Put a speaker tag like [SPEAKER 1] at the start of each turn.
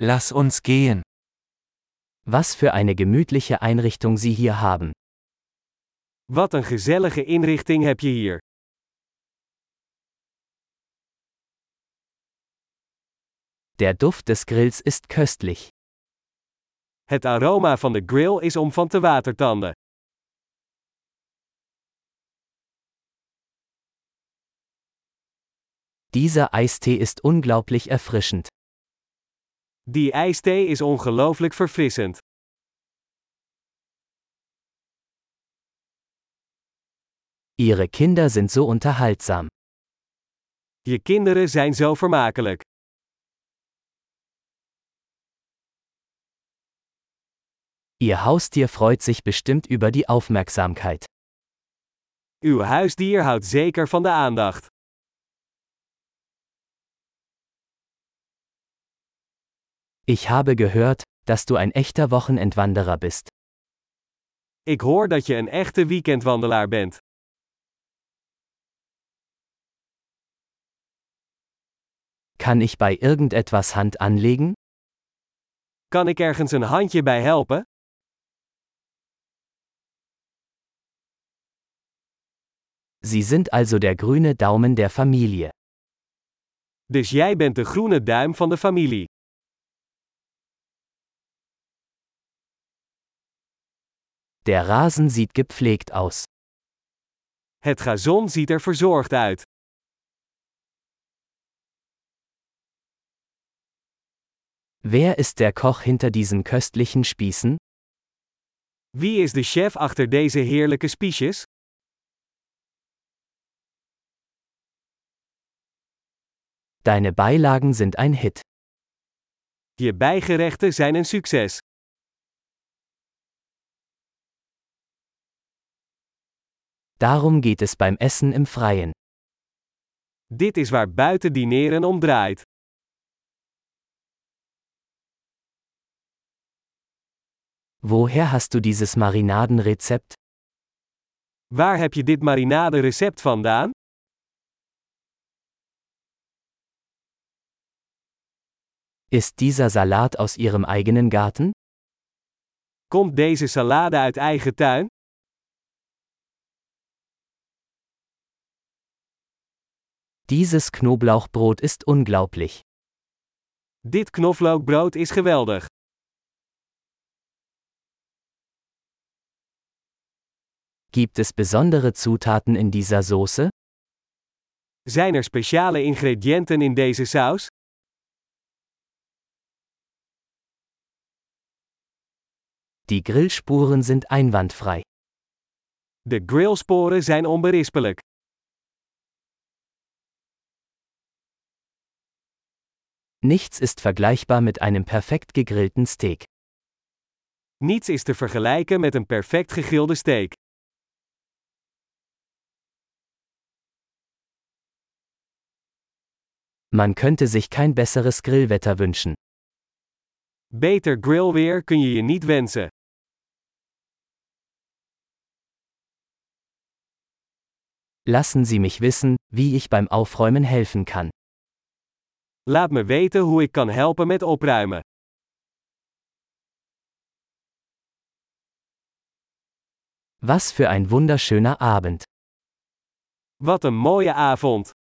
[SPEAKER 1] Lass uns gehen.
[SPEAKER 2] Was für eine gemütliche Einrichtung Sie hier haben.
[SPEAKER 3] Wat een gezellige inrichting heb je hier.
[SPEAKER 2] Der Duft des Grills ist köstlich.
[SPEAKER 3] Het aroma van de grill is om van te watertanden.
[SPEAKER 2] Dieser Eistee ist unglaublich erfrischend.
[SPEAKER 3] Die ijsthee is ongelooflijk verfrissend.
[SPEAKER 2] Ihre Kinder sind so unterhaltsam.
[SPEAKER 3] Je kinderen zijn zo vermakelijk.
[SPEAKER 2] Ihr Haustier freut sich bestimmt über die Aufmerksamkeit.
[SPEAKER 3] Uw huisdier houdt zeker van de aandacht.
[SPEAKER 2] Ich habe gehört, dass du ein echter Wochenendwanderer bist.
[SPEAKER 3] Ik hoor dat je een echte weekendwandelaar bent.
[SPEAKER 2] Kann ich bei irgendetwas Hand anlegen?
[SPEAKER 3] Kan ik ergens een handje bij helpen?
[SPEAKER 2] Sie sind also der grüne Daumen der Familie.
[SPEAKER 3] Dus jij bent de groene duim van de familie.
[SPEAKER 2] Der Rasen sieht gepflegt aus.
[SPEAKER 3] Het gazon ziet er verzorgd uit.
[SPEAKER 2] Wer ist der Koch hinter diesen köstlichen Spießen?
[SPEAKER 3] Wie is de chef achter deze heerlijke spiesjes?
[SPEAKER 2] Deine Beilagen sind ein Hit.
[SPEAKER 3] Je bijgerechten zijn een succes.
[SPEAKER 2] Darum geht es beim Essen im Freien.
[SPEAKER 3] Dit is waar buiten dineren om draait.
[SPEAKER 2] Woher hast du dieses Marinadenrezept?
[SPEAKER 3] Waar heb je dit marinaderecept vandaan?
[SPEAKER 2] Ist dieser Salat aus Ihrem eigenen Garten?
[SPEAKER 3] Komt deze salade uit eigen tuin?
[SPEAKER 2] Dieses Knoblauchbrot ist unglaublich.
[SPEAKER 3] Dit knoflookbrood is geweldig.
[SPEAKER 2] Gibt es besondere Zutaten in dieser Soße?
[SPEAKER 3] Zijn er speciale ingrediënten in deze saus?
[SPEAKER 2] Die Grillspuren sind einwandfrei.
[SPEAKER 3] De grillsporen zijn onberispelijk.
[SPEAKER 2] Nichts ist vergleichbar mit einem perfekt gegrillten Steak.
[SPEAKER 3] Niets is te vergelijken met een perfect gegrilde steak.
[SPEAKER 2] Man könnte sich kein besseres Grillwetter wünschen.
[SPEAKER 3] Beter grillweer kun je je niet wensen.
[SPEAKER 2] Lassen Sie mich wissen, wie ich beim Aufräumen helfen kann.
[SPEAKER 3] Laat me weten hoe ik kan helpen met opruimen.
[SPEAKER 2] Was für ein wunderschöner Abend.
[SPEAKER 3] Wat een mooie avond!